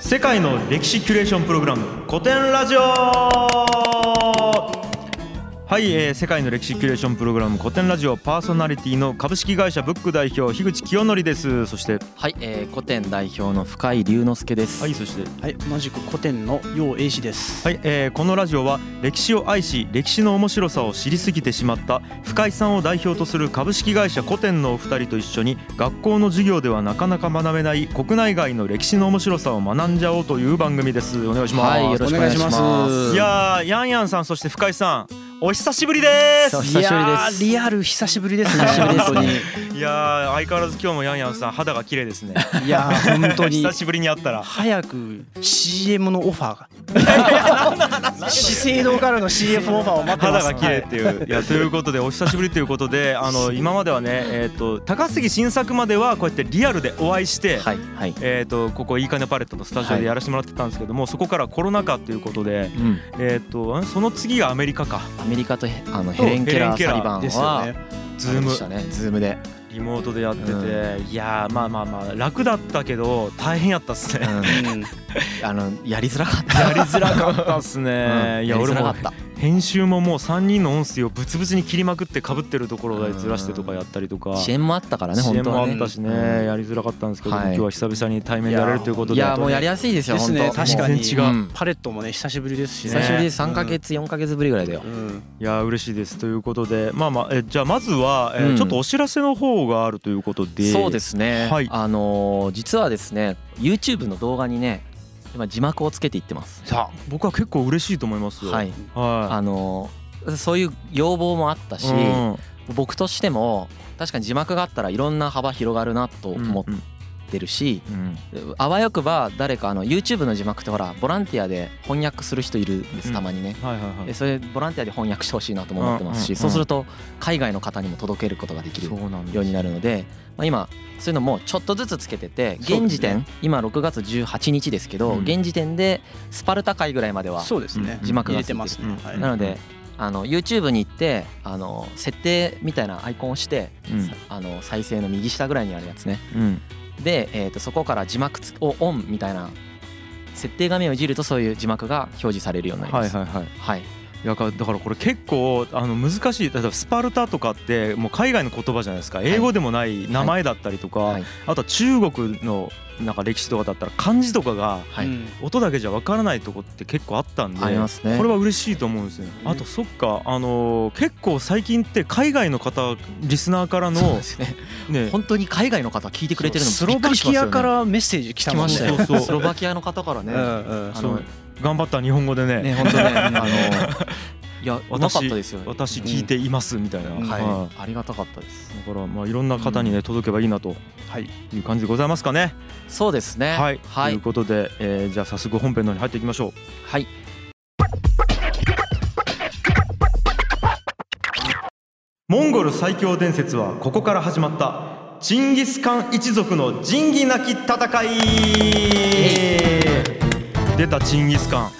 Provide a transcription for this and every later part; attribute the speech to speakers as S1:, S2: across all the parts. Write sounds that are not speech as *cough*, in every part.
S1: 世界の歴史キュレーションプログラム古典ラジオはい、えー世界の歴史キュレーションプログラム古典ラジオパーソナリティの株式会社ブック代表樋口清則ですそして
S2: はい、えー、古典代表の深井龍之介です。
S1: はいそして
S3: はい、同じく古典の楊英氏です。
S1: はい、えーこのラジオは歴史を愛し歴史の面白さを知りすぎてしまった深井さんを代表とする株式会社古典のお二人と一緒に学校の授業ではなかなか学べない国内外の歴史の面白さを学んじゃおうという番組ですお願いします、
S2: はい
S1: い、
S2: よろしくお願いします。
S3: お願いします
S1: や
S2: や
S1: ーヤンヤンさんそして深井さんお久しぶりです
S2: お久しぶりです
S3: いやーリアル久しぶりですね。
S2: 久しぶりです
S3: 本当に。
S1: いやー相変わらず今日もヤンヤンさん肌が綺麗ですね
S3: *laughs* いやー本
S2: *laughs*
S3: 当に
S1: 久。しぶりに会ったら
S3: 早く CM のオファー
S2: *laughs*
S3: が。資生堂からの CM オファーを待ってま
S1: 肌
S3: す。
S1: が綺麗っていう、い、やということでお久しぶりということであ
S2: *laughs*
S1: の今まではね、えー、と高杉晋作まではこうやってリアルでお会いして、
S2: はいはい。
S1: えー、とここいいかねパレットのスタジオ
S2: は
S1: で
S2: い
S1: やらせてもらってたんですけども、そこからコロナ禍ということで、
S2: うん、
S1: えー、とんその次がアメリカか
S2: アメリカとヘあのヘレンケラー
S1: ヘレン
S2: サ
S1: ケラ
S2: リバン
S3: ですよね
S2: は。
S1: ズーム
S2: でしたね。ズームで。
S1: リモートでやってて、
S2: う
S1: いやーまあまあまあ楽だったけど大変やったっす
S2: う
S1: ね。
S2: ん、
S3: うん
S2: あのやりづらかった。
S1: やりづらかったっすね。
S2: うん
S1: いや
S2: やり
S1: 俺
S2: づら
S1: も
S2: かった。
S1: 編集ももう3人の音声をブツブツに切りまくってかぶってるところをずらしてとかやったりとか。
S2: 支援もあったからね。
S1: 支
S2: 本
S1: 援
S2: 当
S1: もあ
S2: はね
S1: ったしね、
S2: うん
S1: やりづらかったんですけど、
S2: はい
S1: 今日は久々に対面でやれるということ
S2: い
S1: で
S2: やもうやりやすいですよ。
S3: です
S2: 本
S3: ね
S2: 当。
S3: 確かに
S1: 全然違う、
S2: うん
S3: パレットもね久しぶりですしね。
S2: 久しぶり
S1: ね
S2: で三ヶ月四ヶ月ぶりぐらいだよ
S3: う。ん。
S1: いや嬉しいですということでまあまあえじゃあまずは、え
S2: うん
S1: ちょっとお知らせの方があるということで
S2: そうですすね。
S1: はい
S2: あのー実はですね、YouTube の動画にね、今字幕をつけていってます。
S1: さあ僕は結構嬉しいと思いますよ
S2: はい。
S1: は
S2: あのーそういう要望もあった
S1: い
S2: し。
S1: うん
S2: 僕としても確かに字幕があったらいろんな幅広がるなと思
S1: うん
S2: ってるし、
S1: うん
S2: あわよくば誰かあの YouTube の字幕ってほらボランティアで翻訳する人いるんで
S1: う
S2: す
S1: ん
S2: たまにね。
S1: はいはいは
S2: で
S1: い
S2: それボランティアで翻訳してほしいなとも思ってま
S1: うんう
S2: す
S1: んうん
S2: しそうすると海外の方にも届けることができるよ
S1: うなん
S2: うになるので、まあ、今そういうのもちょっとずつつけてて現時点今6月18日ですけ
S1: う
S2: ど
S1: ん
S2: 現時点でスパルタ会ぐらいまでは
S3: そうですね
S1: うん。
S2: 字幕
S3: 入
S2: が
S3: れ
S2: ついて
S3: て
S2: る
S3: ますね。はい
S1: うん
S2: なのであの YouTube に行ってあの設定みたいなアイコンをして、
S1: うん
S2: さあの再生の右下ぐらいにあるやつね
S1: うん
S2: で、えー、とそこから字幕つをオンみたいな設定画面をいじるとそういう字幕が表示されるようになり
S1: は
S2: ま
S1: い
S2: す。
S1: はいはい
S2: はい、
S1: いやかだからこれ結構あの難しい例えばスパルタとかってもう海外の言葉じゃないですか
S2: い
S1: 英語でもない名前だったりとか、
S2: はい
S1: あとは中国のなんか歴史とかだったら漢字とかが
S2: はい
S3: うん
S1: 音だけじゃわからないとこって結構あったんで
S2: ありますね
S1: これは嬉しいと思うんですよ、
S3: うん
S1: あとそっかあのー結構最近って海外の方リスナーから
S2: そう
S1: の
S2: ですね
S1: ね
S2: *laughs* 本当に海外の方聞いてくれてるの
S3: ス
S2: び
S3: ロ
S2: っく
S3: バ
S2: りします
S3: キ
S2: よ
S3: ア
S2: ね
S3: からメッセージ来た
S2: 来
S3: も
S2: ま
S3: んね。
S2: した
S1: そうそう
S2: よスロバキアの方から
S3: う
S2: ね、
S3: んうん。
S2: あ
S1: そ
S2: の
S1: う頑張った日本語でね
S2: ね本当ねあのいやうまかったですよ、
S1: 私聞いていますみたいな、
S3: うん
S2: はい、
S1: は
S2: ありがたかったです
S1: いだからまあいろんな方にね届けばいいなと
S3: はい。
S1: いう感じでございますかね
S2: そうですね
S1: はい、
S2: は
S1: とい、
S2: いう
S1: ことで、えーじゃあ早速本編の方に入っていきましょう
S2: はい
S1: モンゴル最強伝説はここから始まったチンギスカン一族の仁義なき戦い出たチンギスカン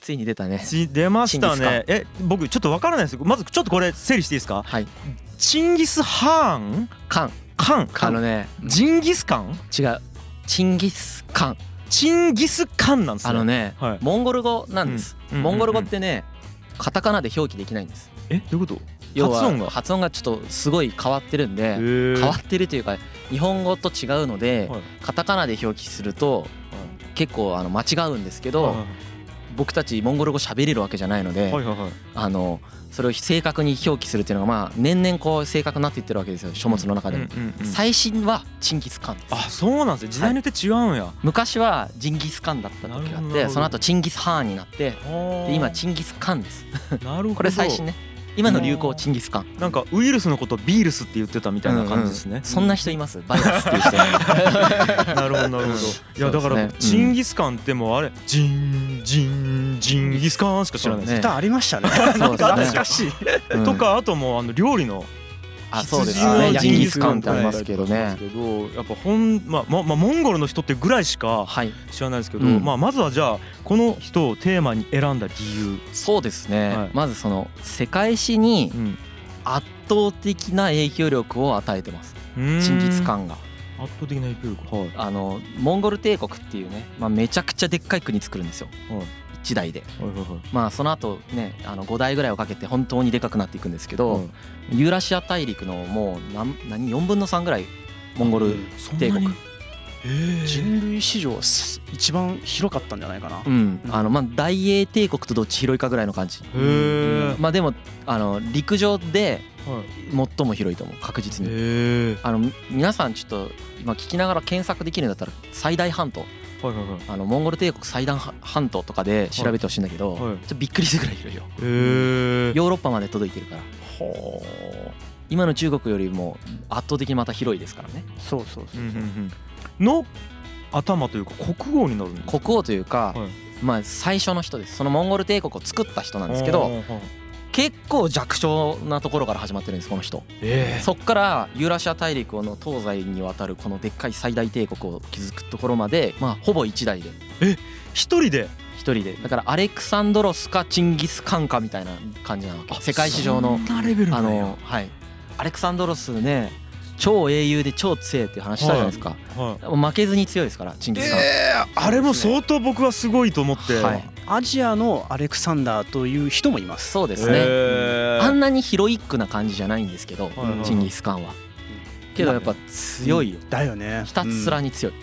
S2: ついに出たね
S1: ち出ました
S2: チンギスカ
S1: ねえ僕ちょっとわからないですまずちょっとこれ整理していいですか
S2: はい
S1: チンギスハーン
S2: カン
S1: カン
S2: あのね
S1: ジンギスカン
S2: 違うチンギスカン
S1: チンギスカンなんですね
S2: あのね
S1: はい
S2: モンゴル語なんです
S1: うんうん
S2: モンゴル語ってねカタカナで表記できないんです
S1: えどういうこと
S2: 要は
S1: 発音が
S2: 発音がちょっとすごい変わってるんで
S1: 変
S2: 変わってるというか日本語と違うので
S1: はい
S2: カタカナで表記すると結構あの間違うんですけど僕たちモンゴル語喋れるわけじゃないので
S1: はいはいはい
S2: あのそれを正確に表記するっていうのがまあ年々こう正確になっていってるわけですよ書物の中でも
S1: うんうんうん
S2: 最新はチンギスカンです
S1: あそうなんですね時代によって違うんや、
S2: 昔はジンギスカンだった時があ
S1: なる
S2: っ
S1: ほどなるほ
S2: て
S1: ど
S2: その後チンギスハーンになって
S1: はあ
S2: で今チンギスカンです
S1: なるほど
S2: これ最新ね今の流行チンギスカンみ
S1: なんかウイルスのことビールスって言ってたみたいな感じですね、
S2: そんな人いますバイアスっていう人
S1: なるほどなるほど
S2: うん
S1: いやだか
S2: そう
S1: ら
S2: ですね
S1: チンギスカンってもうあれジンジンジンギスカンしか知らないです、
S2: ね
S3: 歌ありましたね。
S2: そうですね
S3: 懐かしい。
S2: うん
S1: とかあともうあの料理の
S2: あそうです
S1: 羊の
S2: ね
S1: ジ
S2: ジ
S1: ン
S2: ン
S1: ギ
S2: ギ
S1: ス
S2: ス
S1: カ
S2: カ
S1: ン
S2: ン
S1: っ
S2: ってて
S1: あ
S2: あ
S1: り
S2: り
S1: ま
S2: ますす
S1: け
S2: け
S1: ど
S2: ど
S1: ね
S2: ね
S1: けどやっぱ本まあままモンゴルの人ってぐらいしか
S2: はい
S1: 知らないですけど、
S2: うん
S1: まあまずはじゃあこの人をテーマに選んだ理由、
S2: そうです
S1: はい
S2: ねまずその世界史に
S1: うん
S2: 圧倒的な影響力を与えてますチンギスカンが
S1: 圧倒的な影響力はい
S2: あのモンゴル帝国っていうね、まあ、めちゃくちゃでっかい国作るんですよ、
S1: はい
S2: 一1代で
S1: はいはい
S2: まあその後ねあの5代ぐらいをかけて本当にでかくなっていくんですけど、
S1: はい
S2: ユーラシア大陸のもう何何4分の3ぐらいモンゴル帝国、
S3: *laughs* 人類史上す一番広かったんじゃないかな、
S2: うんあのまあ、大英帝国とどっち広いかぐらいの感じ、
S1: へえ
S2: まあ、でもあの陸上で
S1: はい
S2: 最も広いと思う確実に、
S1: へえ
S2: あのみ皆さんちょっと今聞きながら検索できるんだったら最大半島
S1: はいはいはい
S2: あのモンゴル帝国最大半島とかで調べてほしいんだけど、
S1: はいはい
S2: ちょっとびっくりするぐらい広いよ
S1: へえ
S2: ヨーロッパまで届いてるから
S3: ほ
S2: 今の中国よりも圧倒的にまた広いですからね
S3: うそうそう
S1: う
S3: そ
S1: ん
S3: う、
S1: うんうんの頭というか国王になるんですか
S2: 国王というか、
S1: はい
S2: まあ最初の人ですそのモンゴル帝国を作った人なんですけ
S1: あー
S2: ど
S1: はい
S2: 結構弱小なところから始まってるんですこの人
S1: え
S2: そっからユーラシア大陸の東西にわたるこのでっかい最大帝国を築くところまでまあほぼ一代で
S1: え一人で
S2: 一人でだからアレクサンドロスかチンギスカンかみたいな感じなわけ世界史上の
S1: そんなレベルな
S2: あ
S1: んや
S2: のはいアレクサンドロスね超英雄で超強いっていう話したじゃないですか、
S1: はい
S2: 負けずに強いですからチンギスカン、
S1: あれも相当僕はすごいと思って
S2: はい
S3: アジアのアレクサンダーという人もいます
S2: そうですね、
S1: へ
S2: あ
S1: ー
S2: んなにヒロイックな感じじゃないんですけど、
S1: はいはい
S2: チンギスカンは、けどやっぱ強いよ、
S3: だよね
S2: ひたすらに強い、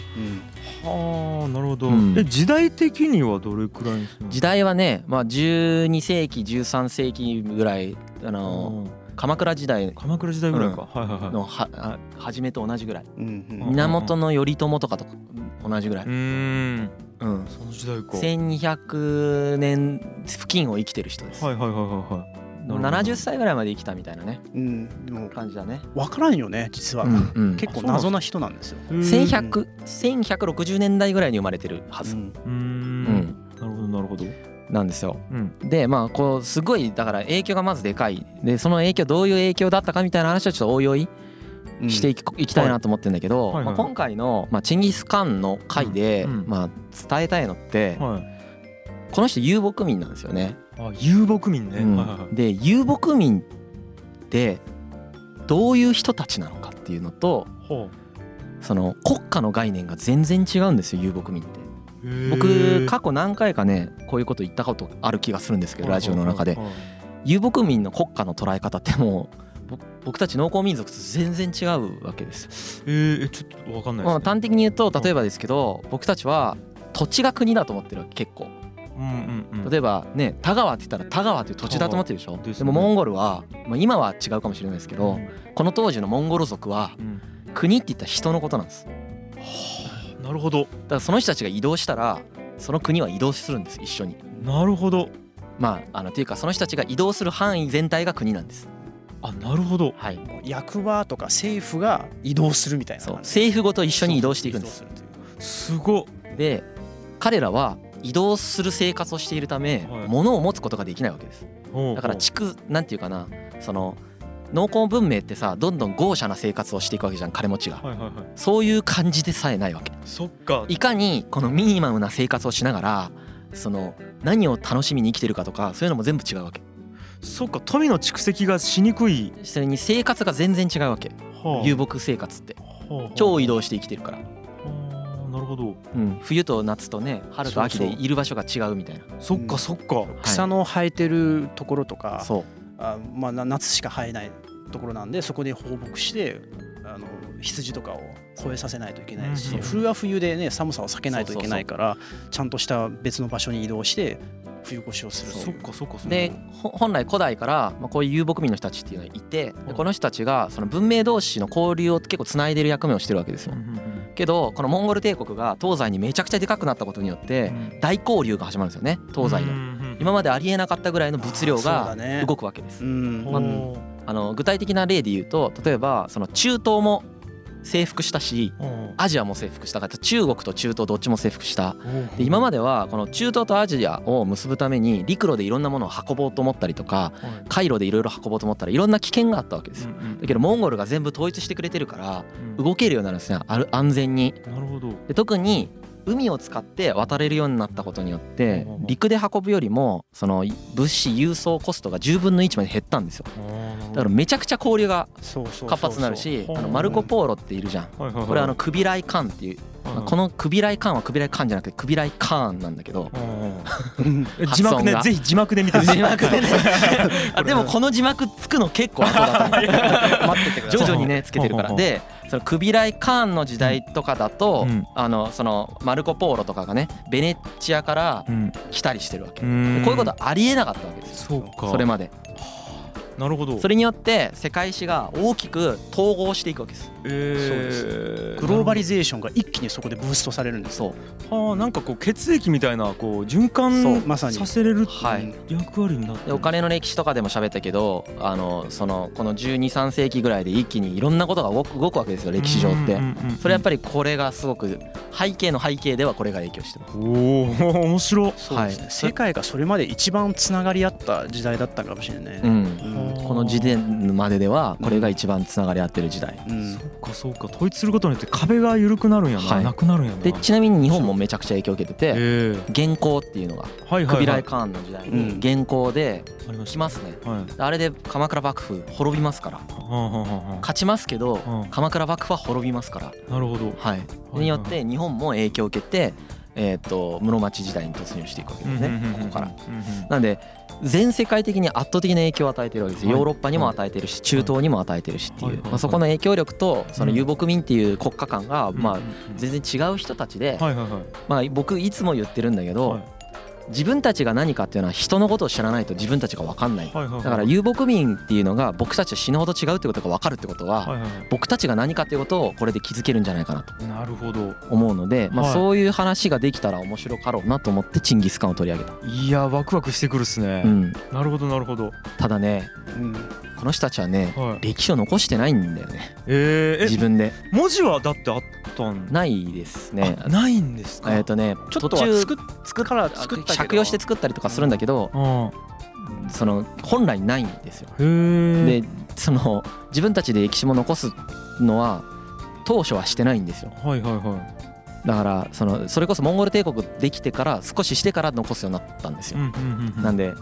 S3: うん
S1: はあなるほど、
S2: うん
S1: え時代的にはどれくらいですか
S2: 時代はね、まあ、12世紀13世紀ぐらいあの
S1: うん
S2: 鎌倉時代
S1: 鎌倉時代ぐらいか、はいはいはい
S2: のはあ初めと同じぐらい
S3: うんうん
S1: うん、
S2: 源頼朝とかと同じぐらいう
S1: ーん
S2: うん、
S1: その時代かはい
S2: 1200年付近を生きてる人です、
S1: はいはいはいはい
S2: もう70歳ぐらいまで生きたみたいなね
S3: うんでも
S2: 感じだね、
S3: 分からんよね実は、
S2: うん
S3: 結構謎な人なんですよ、
S2: 1100 1160年代ぐらいに生まれてるは
S3: う
S2: ず、
S3: ん
S1: うーん
S2: うん
S1: なるほどなるほど
S2: なんですよ
S1: うん
S2: でまあこうすごいだから影響がまずでかいでその影響どういう影響だったかみたいな話はちょっとおいおいしていき,、きたいなと思ってるんだけど、
S1: はいはいはい
S2: まあ、今回の、まあ、チンギス・カンの回で、
S1: うんうん
S2: まあ、伝えたいのって、
S1: はい
S2: この人遊牧民なんですよね。
S1: あ遊牧民ね、
S2: うん
S1: はいはいはい
S2: で遊牧民ってどういう人たちなのかっていうのと
S1: ほ
S2: その国家の概念が全然違うんですよ遊牧民って。
S1: うへー
S2: 僕過去何回かねこういうこと言ったことある気がするんですけどラジオの中で
S1: はいはい
S2: 遊牧民の国家の捉え方ってもうぼ僕たち農耕民族と全然違うわけです。
S1: えー、えちょっとわかんないで
S2: ま
S1: す、
S2: あ、
S1: ね
S2: 端的に言うと例えばですけど僕たちは土地が国だと思ってるわけ結構
S1: うんうんうん
S2: 例えばね田川って言ったら田川っていう土地だと思ってるでしょ
S1: 川ですね
S2: でもモンゴルは、まあ、今は違うかもしれないですけどこの当時のモンゴル族は
S1: うん
S2: 国って言ったら人のことなんですだ
S1: うんなるほど
S2: からその人たちが移動したらその国は移動するんです一緒に
S1: なるほど
S2: まああのっていうかその人たちが移動する範囲全体が国なんです
S1: あなるほど
S2: はい
S3: 役場とか政府が移動するみたいな
S2: そう
S3: 感じ
S2: 政府ごと一緒に移動していくんです
S3: そうそう移動る
S1: すごっ
S2: で彼らは移動する生活をしているため、
S1: はい
S2: 物を持つことができないわけです
S1: ほう
S2: だから
S1: ほう
S2: 地区なんていうかなその農耕文明ってさどんどん豪奢な生活をしていくわけじゃん金持ちが、
S1: はいはいはい
S2: そういう感じでさえないわけ
S1: そっか
S2: いかにこのミニマムな生活をしながらその何を楽しみに生きてるかとかそういうのも全部違うわけ
S1: そっか富の蓄積がしにくい、
S2: それに生活が全然違うわけ
S1: は
S2: 遊牧生活って
S1: はあ
S2: 超移動して生きてるから、
S1: はあなるほど
S2: うん、冬と夏とね春と秋でいる場所が違うみたいな
S1: そっかそっか、
S3: と草の生えてるところとか、
S2: そう
S3: あまあ、な夏しか生えないところなんでそこで放牧してあの羊とかを越えさせないといけないし、
S1: うん
S3: 冬は冬でね寒さを避けないといけないからちゃんとした別の場所に移動して冬越しをする
S1: そ
S3: と
S1: っ
S3: いう
S1: かそっかそっか
S2: でほ本来古代から、まあ、こういう遊牧民の人たちっていうのはいてでこの人たちがその文明同士の交流を結構つないでる役目をしてるわけです
S1: う
S2: よ
S1: んうんうん
S2: けどこのモンゴル帝国が東西にめちゃくちゃでかくなったことによって大交流が始まるんですよね東西
S1: う
S2: の
S1: んうんうん
S2: 今までありえなかったぐらいの物量
S3: あーそ
S2: が
S3: うだね
S2: 動くわけです
S3: うん
S1: ほう
S2: あの具体的な例で言うと例えばその中東も征服したし
S1: ほ
S2: アジアも征服したから中国と中東どっちも征服した
S1: うほう
S2: で今まではこの中東とアジアを結ぶために陸路でいろんなものを運ぼうと思ったりとか
S1: はい
S2: 回路でいろいろ運ぼうと思ったらいろんな危険があったわけです
S1: う
S2: よ。
S1: んうん
S2: だけどモンゴルが全部統一してくれてるから
S1: うん
S2: 動けるようになるんですねある安全に。
S1: なるほど
S2: で特に海を使って渡れるようになったことによって
S1: うんうんうん
S2: 陸で運ぶよりもその物資輸送コストが10分の1まで減ったんですよ。
S1: あーなるほど
S3: ほ
S2: だ
S3: ど
S2: からめちゃくちゃ交流が
S3: そうそうそうそう
S2: 活発になるし
S1: そうそうそう
S2: あの
S1: ほう
S2: マルコ・ポーロっているじゃん
S1: はいはいはい
S2: これあのクビライ・カンってい
S1: は
S2: う、
S1: い
S2: ま
S1: は
S2: あ
S1: い
S2: このクビライ・カンはクビライ・カンじゃなくてクビライ・カーンなんだけど
S1: うんえ字幕
S2: *laughs* 発音
S1: ね
S2: が
S1: ぜひ *laughs* 字幕で見て
S2: 字幕でね *laughs* あ
S1: これ
S2: でもこの字幕つくの結構後だと思う
S3: 待っててくださ
S2: 徐
S3: い
S2: 々にねつけてる
S1: ほ
S2: から
S1: うほう
S2: でそのクビライ・カーンの時代とかだと、
S1: うん
S2: あのそのマルコ・ポーロとかがねベネチアから
S1: うん
S2: 来たりしてるわけ、
S1: う
S2: で
S1: ん
S2: こういうことありえなかったわけですよ
S1: そうか
S2: それまで
S1: なるほど
S2: それによって世界史が大きく統合していくわけです
S1: え
S3: そうで
S1: ー
S3: グローバリゼーションが一気にそこでブーストされるんです
S2: そう
S1: ああなんかこう血液みたいなこう循環
S3: そうまさに
S1: させれる
S2: はい
S1: 役割になって
S2: で
S1: る
S2: お金の歴史とかでも喋ったけどあのそのこの1 2 3世紀ぐらいで一気にいろんなことが動く動くわけですよ歴史上って
S1: うんうんうんうん
S2: それやっぱりこれがすごく背景の背景ではこれが影響してます
S1: おお面白
S3: そうですね、
S2: はい
S3: 世界がそれまで一番つながり合った時代だったかもしれないね、
S2: うん
S3: うん
S2: この時点までではこれが一番つながり合ってる時代
S3: うん
S1: そっかそうか統一することによって壁が緩くなるんやな、
S2: はい
S1: なくなるんやな
S2: でちなみに日本もめちゃくちゃ影響を受けて
S1: えー
S2: て元寇っていうのが
S1: はい
S2: ク
S1: はい
S2: ビ
S1: は
S2: ラ
S1: い
S2: イ・カーンの時代
S3: う
S2: に
S3: ん
S2: 元寇で
S1: ありまし
S2: 来ますね
S1: たはい
S2: あれで鎌倉幕府滅びますから
S1: はあはあは
S2: 勝ちますけど
S1: うん
S2: 鎌倉幕府は滅びますから
S1: あなるほど
S2: はい、
S1: い
S2: によって日本も影響を受けて、えー、と室町時代に突入していくわけですね、ここから。なんで全世界的に圧倒的な影響を与えてるわけですよ
S1: はい
S2: ヨーロッパにも与えてるし中東にも与えてるしって
S1: はい
S2: い
S1: はい
S2: う、
S1: はい
S2: まあ、そこの影響力とその遊牧民っていう国家間が、まあ、
S1: あ
S2: 全然違う人たちで、
S1: はいはいはい
S2: まあ、僕いつも言ってるんだけど、
S1: はい
S2: 自分たちが何かっていうのは人のことを知らないと自分たちが分かんない。
S1: はいはいはい
S2: だから遊牧民っていうのが僕たちと死ぬほど違うってことが分かるってことは
S1: はいはいは
S2: 僕たちが何かっていうことをこれで気づけるんじゃないかなと
S1: いなるほど
S2: 思うので、ま
S1: は
S2: あ、
S1: い
S2: そういう話ができたら面白かろうなと思ってチンギス・カンを取り上げた、
S1: いやワクワクしてくるっすね
S2: うん、
S1: なるほどなるほど
S2: ただね
S3: うん
S2: この人たちはね
S1: はい
S2: 歴史を残してないんだよね
S1: えー
S2: 自分で
S1: え文字はだってあったん
S2: ないですね
S1: あないんですか
S2: えっとね
S3: ちょっと
S2: 途中
S3: は作っ作から作ったけど
S2: 借用して作ったりとかするんだけど、
S1: あ
S2: その本来ないんですよ
S1: あへえ
S2: でその自分たちで歴史も残すのは当初はしてないんですよ
S1: はいはいは
S2: だからそのそれこそモンゴル帝国できてから少ししてから残すようになったんです
S1: い
S2: よ、
S1: うんうんうん
S2: なんで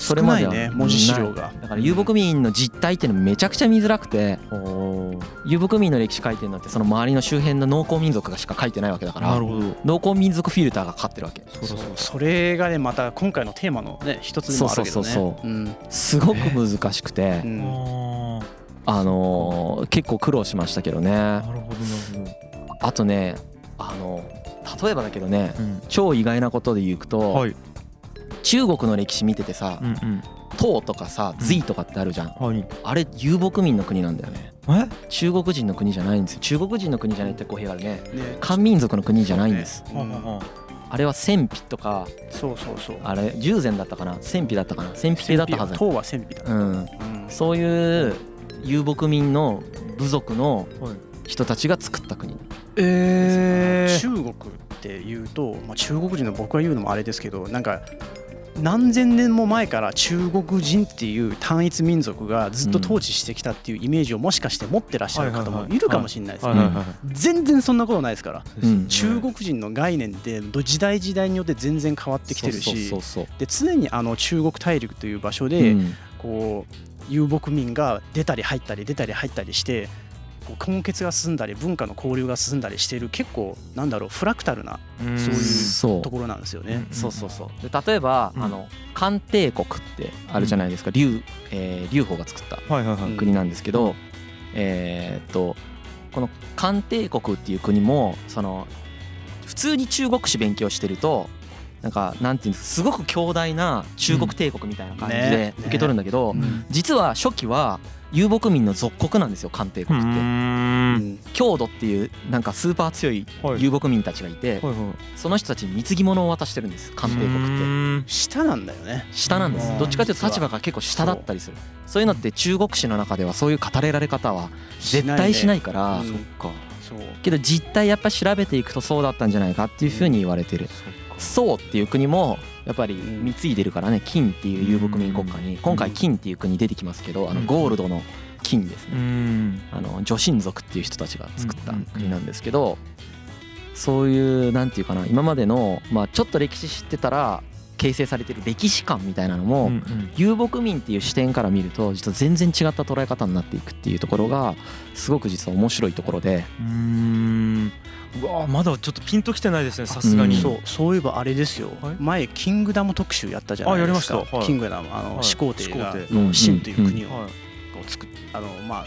S2: それまで
S3: 少
S2: は
S3: ないね文字資料が
S2: だから遊牧民の実態っていうのめちゃくちゃ見づらくて
S1: ほー
S2: 遊牧民の歴史書いてるのってその周りの周辺の農耕民族がしか書いてないわけだから
S1: なるほど
S2: 農耕民族フィルターがかかってるわけ
S1: そ
S3: そうそうそれがねまた今回のテーマのね一つでもあるけどね
S2: そうそうそう
S3: うん
S2: すごく難しくて
S3: う
S1: あ
S3: ん
S1: ー
S2: あのー結構苦労しましたけどね
S1: な
S2: あ
S1: るほどなるほど
S2: とねあの例えばだけどね
S1: うん
S2: 超意外なことで言うと、
S1: はい
S2: 中国の歴史見ててさ
S1: うんうん
S2: 唐とかさ
S1: うん
S2: 隋とかってあるじゃん
S1: はい
S2: あれ遊牧民の国なんだよね
S1: え
S2: 中国人の国じゃないんですよ中国人の国じゃないって語弊があるね
S3: ね
S2: 漢民族の国じゃないんです
S3: そうねうん
S2: あれは戦費とか
S3: そうそうそう
S2: あれ従前だったかな戦費だったかな戦費系だったはず
S3: 塔は戦費だ
S2: うん
S3: うん
S2: そういう遊牧民の部族の
S1: はい
S2: 人たちが作った国
S1: え
S3: 中国って言うと、まあ、中国人の僕が言うのもあれですけどなんか何千年も前から中国人っていう単一民族がずっと統治してきたっていうイメージをもしかして持ってらっしゃる方もいるかもしれないです
S1: は
S3: ね
S1: いはいは
S3: 全然そんなことないですから
S1: い
S2: うん
S3: 中国人の概念ってど時代時代によって全然変わってきてるし
S2: そうそうそうそう
S3: で常にあの中国大陸という場所
S2: う
S3: で
S2: ん
S3: こう遊牧民が出たり入ったり出たり入ったりしてこう根血が進んだり文化の交流が進んだりしている結構なんだろうフラクタルな
S1: うん
S3: そういう
S2: そう
S3: ところなんですよね。
S2: そうそうそうで例えば
S1: うん
S2: あの漢帝国ってあるじゃないですか劉えー劉邦が作った
S1: はいはいはい
S2: 国なんですけどえーっとこの漢帝国っていう国もその普通に中国史勉強してるとなんかなんていうんですかすごく強大な中国帝国みたいな感じ
S3: うんね
S2: で
S3: ね
S2: 受け取るんだけど
S3: うん
S2: 実は初期は遊牧民の属国なんですよ漢帝
S1: う
S2: 国って。
S1: んはい
S2: 強土っていうなんかスーパー強い
S1: はい
S2: 遊牧民たちがいて
S1: はい
S2: その人たちに貢ぎ物を渡してるんです漢帝国って。
S3: 下なんだよね。
S2: 下なんで
S3: う
S2: す
S3: ん
S2: どっちかというと立場が結構下だったりするそういうのって中国史の中ではそういう語れられ方は絶対しない
S3: ね。
S2: いから
S3: うん
S1: か
S3: そう。
S2: けど実態やっぱ調べていくとそうだったんじゃないかっていうふうに言われてる宋っていう国もやっぱり
S3: うん
S2: 貢いでるからね金っていう遊牧民国家に今回金っていう国出てきますけどあの
S1: うん
S2: ゴールドの金です
S1: う
S2: ね
S1: ん
S2: あの女神族っていう人たちが作った
S1: うんうんうん
S2: 国なんですけどそういうなんていうかな今までのまあちょっと歴史知ってたら形成されてる歴史観みたいなのも、
S1: うんうん
S2: 遊牧民っていう視点から見ると実は全然違った捉え方になっていくっていうところがすごく実は面白いところで
S1: うーんうわまだちょっとピンときてないですねさすがに、
S2: うん
S1: そう
S3: そうそういえばあれですよ、
S1: はい
S3: 前キングダム特集やったじゃないですか
S1: あやりましたはい
S3: キングダムあの、
S1: はい
S3: 始皇帝が
S1: 始皇帝
S2: うん
S3: 秦という国を
S1: は
S3: 作っあのまあ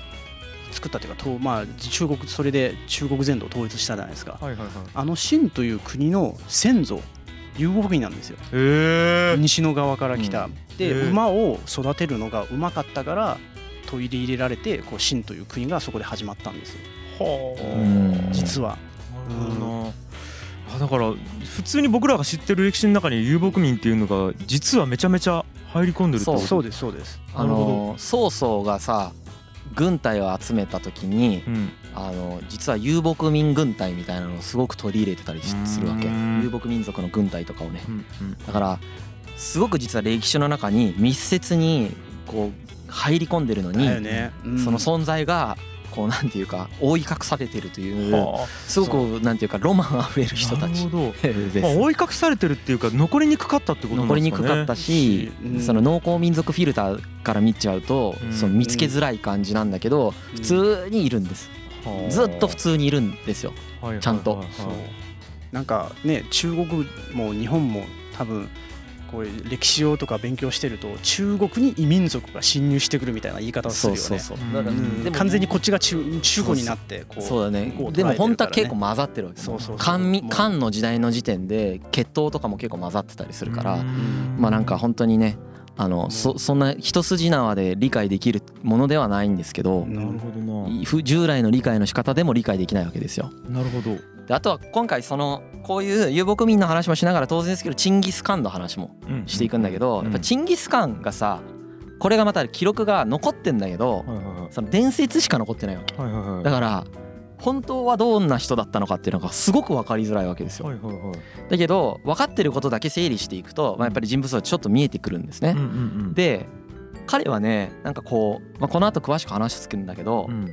S3: 作ったというかとまあ中国それで中国全土を統一したじゃないですか
S1: い、はいはいはい
S3: あの秦という国の先祖遊牧民なんですよ
S1: えー、
S3: 西の側から来た、
S2: うん
S3: で
S1: へー
S3: 馬を育てるのがうまかったから取り入れられてこう秦という国がそこで始まったんですよ
S1: はあ
S3: 実は
S1: なるほどなあだから普通に僕らが知ってる歴史の中に遊牧民っていうのが実はめちゃめちゃ入り込んでるってこと
S2: そう
S3: そうですそうです
S2: あ
S1: なる
S2: の
S1: ほ
S2: 曹操がさ軍隊を集めた時に
S1: うん、
S2: あの実は遊牧民軍隊みたいなのをすごく取り入れてたりしするわけ
S1: うん
S2: 遊牧民族の軍隊とかをね
S1: うんうん
S2: だからすごく実は歴史の中に密接にこう入り込んでるのに、
S3: だよね、うん
S2: その存在がこうなんていうか覆い隠されてるという
S1: はあ
S2: すごくなんていうかロマンあふれる人たち
S1: なるほ
S2: で
S1: ど、
S2: す
S1: まあ、追い隠されてるっていうか残りにくかったってことなん
S2: 残り
S1: です
S2: に
S1: かね
S2: くかったし、
S3: うん
S2: その農耕民族フィルターから見ちゃうと、
S1: うん
S2: その見つけづらい感じなんだけど、
S3: うん
S2: 普通にいるんです、
S1: はあ
S2: ずっと普通にいるんですよ
S1: はいはいはいはい
S2: ちゃんと
S3: そうなんかね中国も日本も多分こういう歴史をとか勉強してると中国に異民族が侵入してくるみたいな言い方をするよね
S2: そう
S1: うん
S2: だから
S3: うん
S2: でも
S3: 完全にこっちが中中国になってこう
S2: そうだね
S3: こう捉えて
S2: で
S3: るから
S2: も
S3: ね
S2: 本当は結構混ざってるわけ
S3: そうそうそう
S2: 漢民
S3: もう
S2: 漢の時代の時点で血統とかも結構混ざってたりするから、
S1: うん
S2: まあなんか本当にねあのそそんな一筋縄で理解できるものではないんですけど、
S1: なるほどな
S2: ふ従来の理解の仕方でも理解できないわけですよ。
S1: なるほど
S2: であとは今回そのこういう遊牧民の話もしながら当然ですけどチンギス・カンの話もしていくんだけど、
S1: うん
S2: やっぱチンギス・カンがさこれがまた記録が残ってんだけど、
S1: はいはい
S2: その伝説しか残ってないわけ
S1: はいはいはいはい
S2: だから本当はどんな人だったのかっていうのがすごく分かりづらいわけですよ、
S1: はいはいはい
S2: だけど分かってることだけ整理していくと、まあ、やっぱり人物はちょっと見えてくるんですね、
S1: うんうんうん
S2: で彼はねなんかこう、まあ、この後詳しく話してくるんだけど、
S1: うん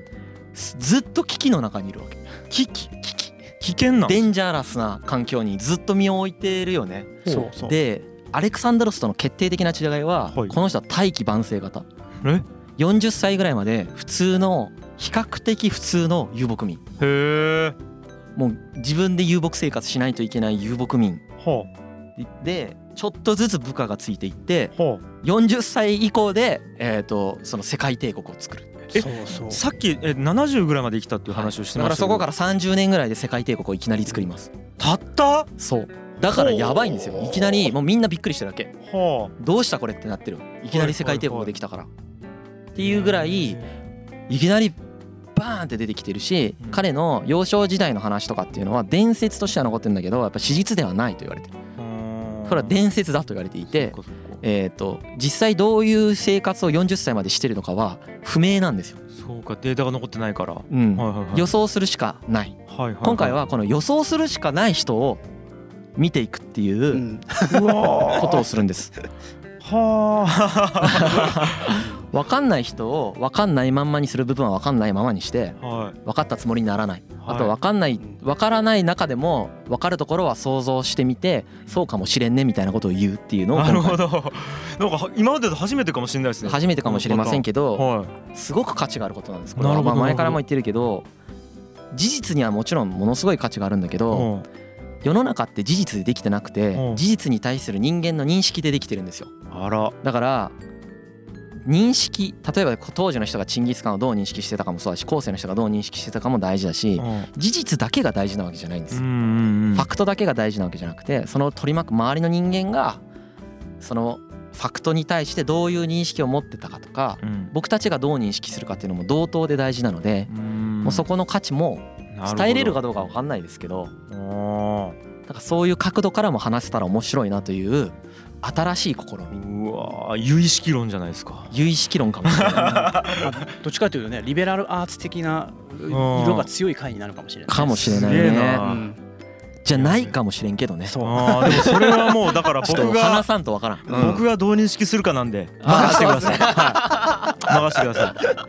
S2: ずっと危機の中にいるわけ危機危機
S1: 危険な
S2: デンジャラスな環境にずっと身を置いてるよね。
S3: そうそう
S2: でアレクサンダロスとの決定的な違いは、
S1: はい
S2: この人は大器晩成型
S1: え
S2: 40歳ぐらいまで普通の比較的普通の遊牧民
S1: へえ
S2: もう自分で遊牧生活しないといけない遊牧民
S1: は
S2: でちょっとずつ部下がついていって
S1: あはあ
S2: 40歳以降で、えー、とその世界帝国を作る
S1: え
S3: そうそう
S1: さっきえ70ぐらいまで生きたっていう話をして
S2: だ
S1: ま
S2: から
S1: した
S2: そ
S1: けど
S2: こから30年ぐらいで世界帝国をいきなり作ります
S1: たった
S2: そうだからやばいんですよいきなりもうみんなびっくりしてるわけ
S1: は
S2: どうしたこれってなってるいきなり世界帝国ができたから、っていうぐらいいきなりバーンって出てきてるし、
S1: うん
S2: 彼の幼少時代の話とかっていうのは伝説としては残ってるんだけどやっぱ史実ではないと言われてる
S1: あ
S2: これは伝説だと言われていて、
S1: そっかそっか
S2: えー、と実際どういう生活を40歳までしてるのかは不明なんですよ、
S1: そうかデータが残ってないから、は
S2: うん
S1: いはいはい
S2: 予想するしかない
S1: はいはいはい
S2: 今回はこの予想するしかない人を見ていくっていううん
S1: うわ
S2: ことをするんです
S1: ーは
S2: 分かんない人を分かんないまんまにする部分は分かんないままにして
S1: *laughs* あは
S2: 分かったつもりにならない、
S1: い
S2: あと分かんない分からない中でも分かるところは想像してみてそうかもしれんねみたいなことを言うっていうのを
S1: なるほ
S2: 今回
S1: どなんか今までで初めてかもしれないですね
S2: 初めてかもしれませんけど
S1: は
S2: すごく価値があることなんですこれ
S1: なる
S2: は
S1: ほど
S2: まあ前からも
S1: な
S2: 言ってるけど事実にはもちろんものすごい価値があるんだけ
S1: い
S2: ど
S1: うん
S2: 世の中って事実でできてなくて
S1: うん
S2: 事実に対する人間の認識でできてるんですよ
S1: あら
S2: だから認識例えば当時の人がチンギス・カンをどう認識してたかもそうだし後世の人がどう認識してたかも大事だし
S1: う
S2: 事実だけが大事なわけじゃないんですよ
S1: んうんうん
S2: ファクトだけが大事なわけじゃなくてその取り巻く周りの人間がそのファクトに対してどういう認識を持ってたかとか
S1: うん
S2: 僕たちがどう認識するかっていうのも同等で大事なので
S1: うん
S2: もうそこの価値も
S1: なほど
S2: 伝えれるかどうかわかんないですけど
S1: あー
S2: なんかそういう角度からも話せたら面白いなという新しい試み
S1: うわー有意識論じゃないですか
S2: 有意識論かもしれない
S3: どっちかというとねリベラルアーツ的な色が強い回になるかもしれない
S2: かもしれない
S1: すげえ
S2: ね
S1: な
S3: うん
S2: じゃないかもしれんけどねちょっ
S1: あーでもそれはもうだから僕
S2: と
S1: が
S2: 話さんとわからん
S1: 僕がどう認識するかなんで
S2: あ
S1: *laughs* 任せてくださいはい任せてく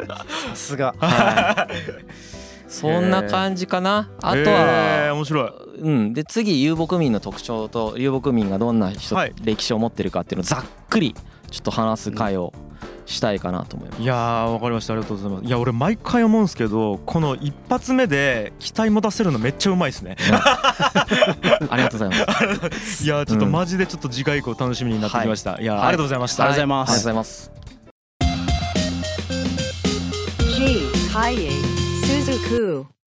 S1: ださい
S3: さすが
S2: はいそんな感じかな *laughs* あと
S1: えー、
S2: は、
S1: 面白い。
S2: うん、で次遊牧民の特徴と遊牧民がどんな人、
S1: はい
S2: 歴史を持ってるかっていうのをざっくりちょっと話す会をしたいかなと思います。
S1: いやーわかりましたありがとうございますいや俺毎回思うんですけどこの一発目で期待持たせるのめっちゃうまいですね
S2: ありがとうございます。あり
S1: いやーちょっと
S2: うん
S1: マジでちょっと次回以降楽しみになってきました、い、やー、
S2: は
S1: あ
S2: い
S1: りがとうございました、
S3: ありがとうございま
S2: がとうご
S3: す
S2: ざいます。
S4: G. Kaye Suzuku.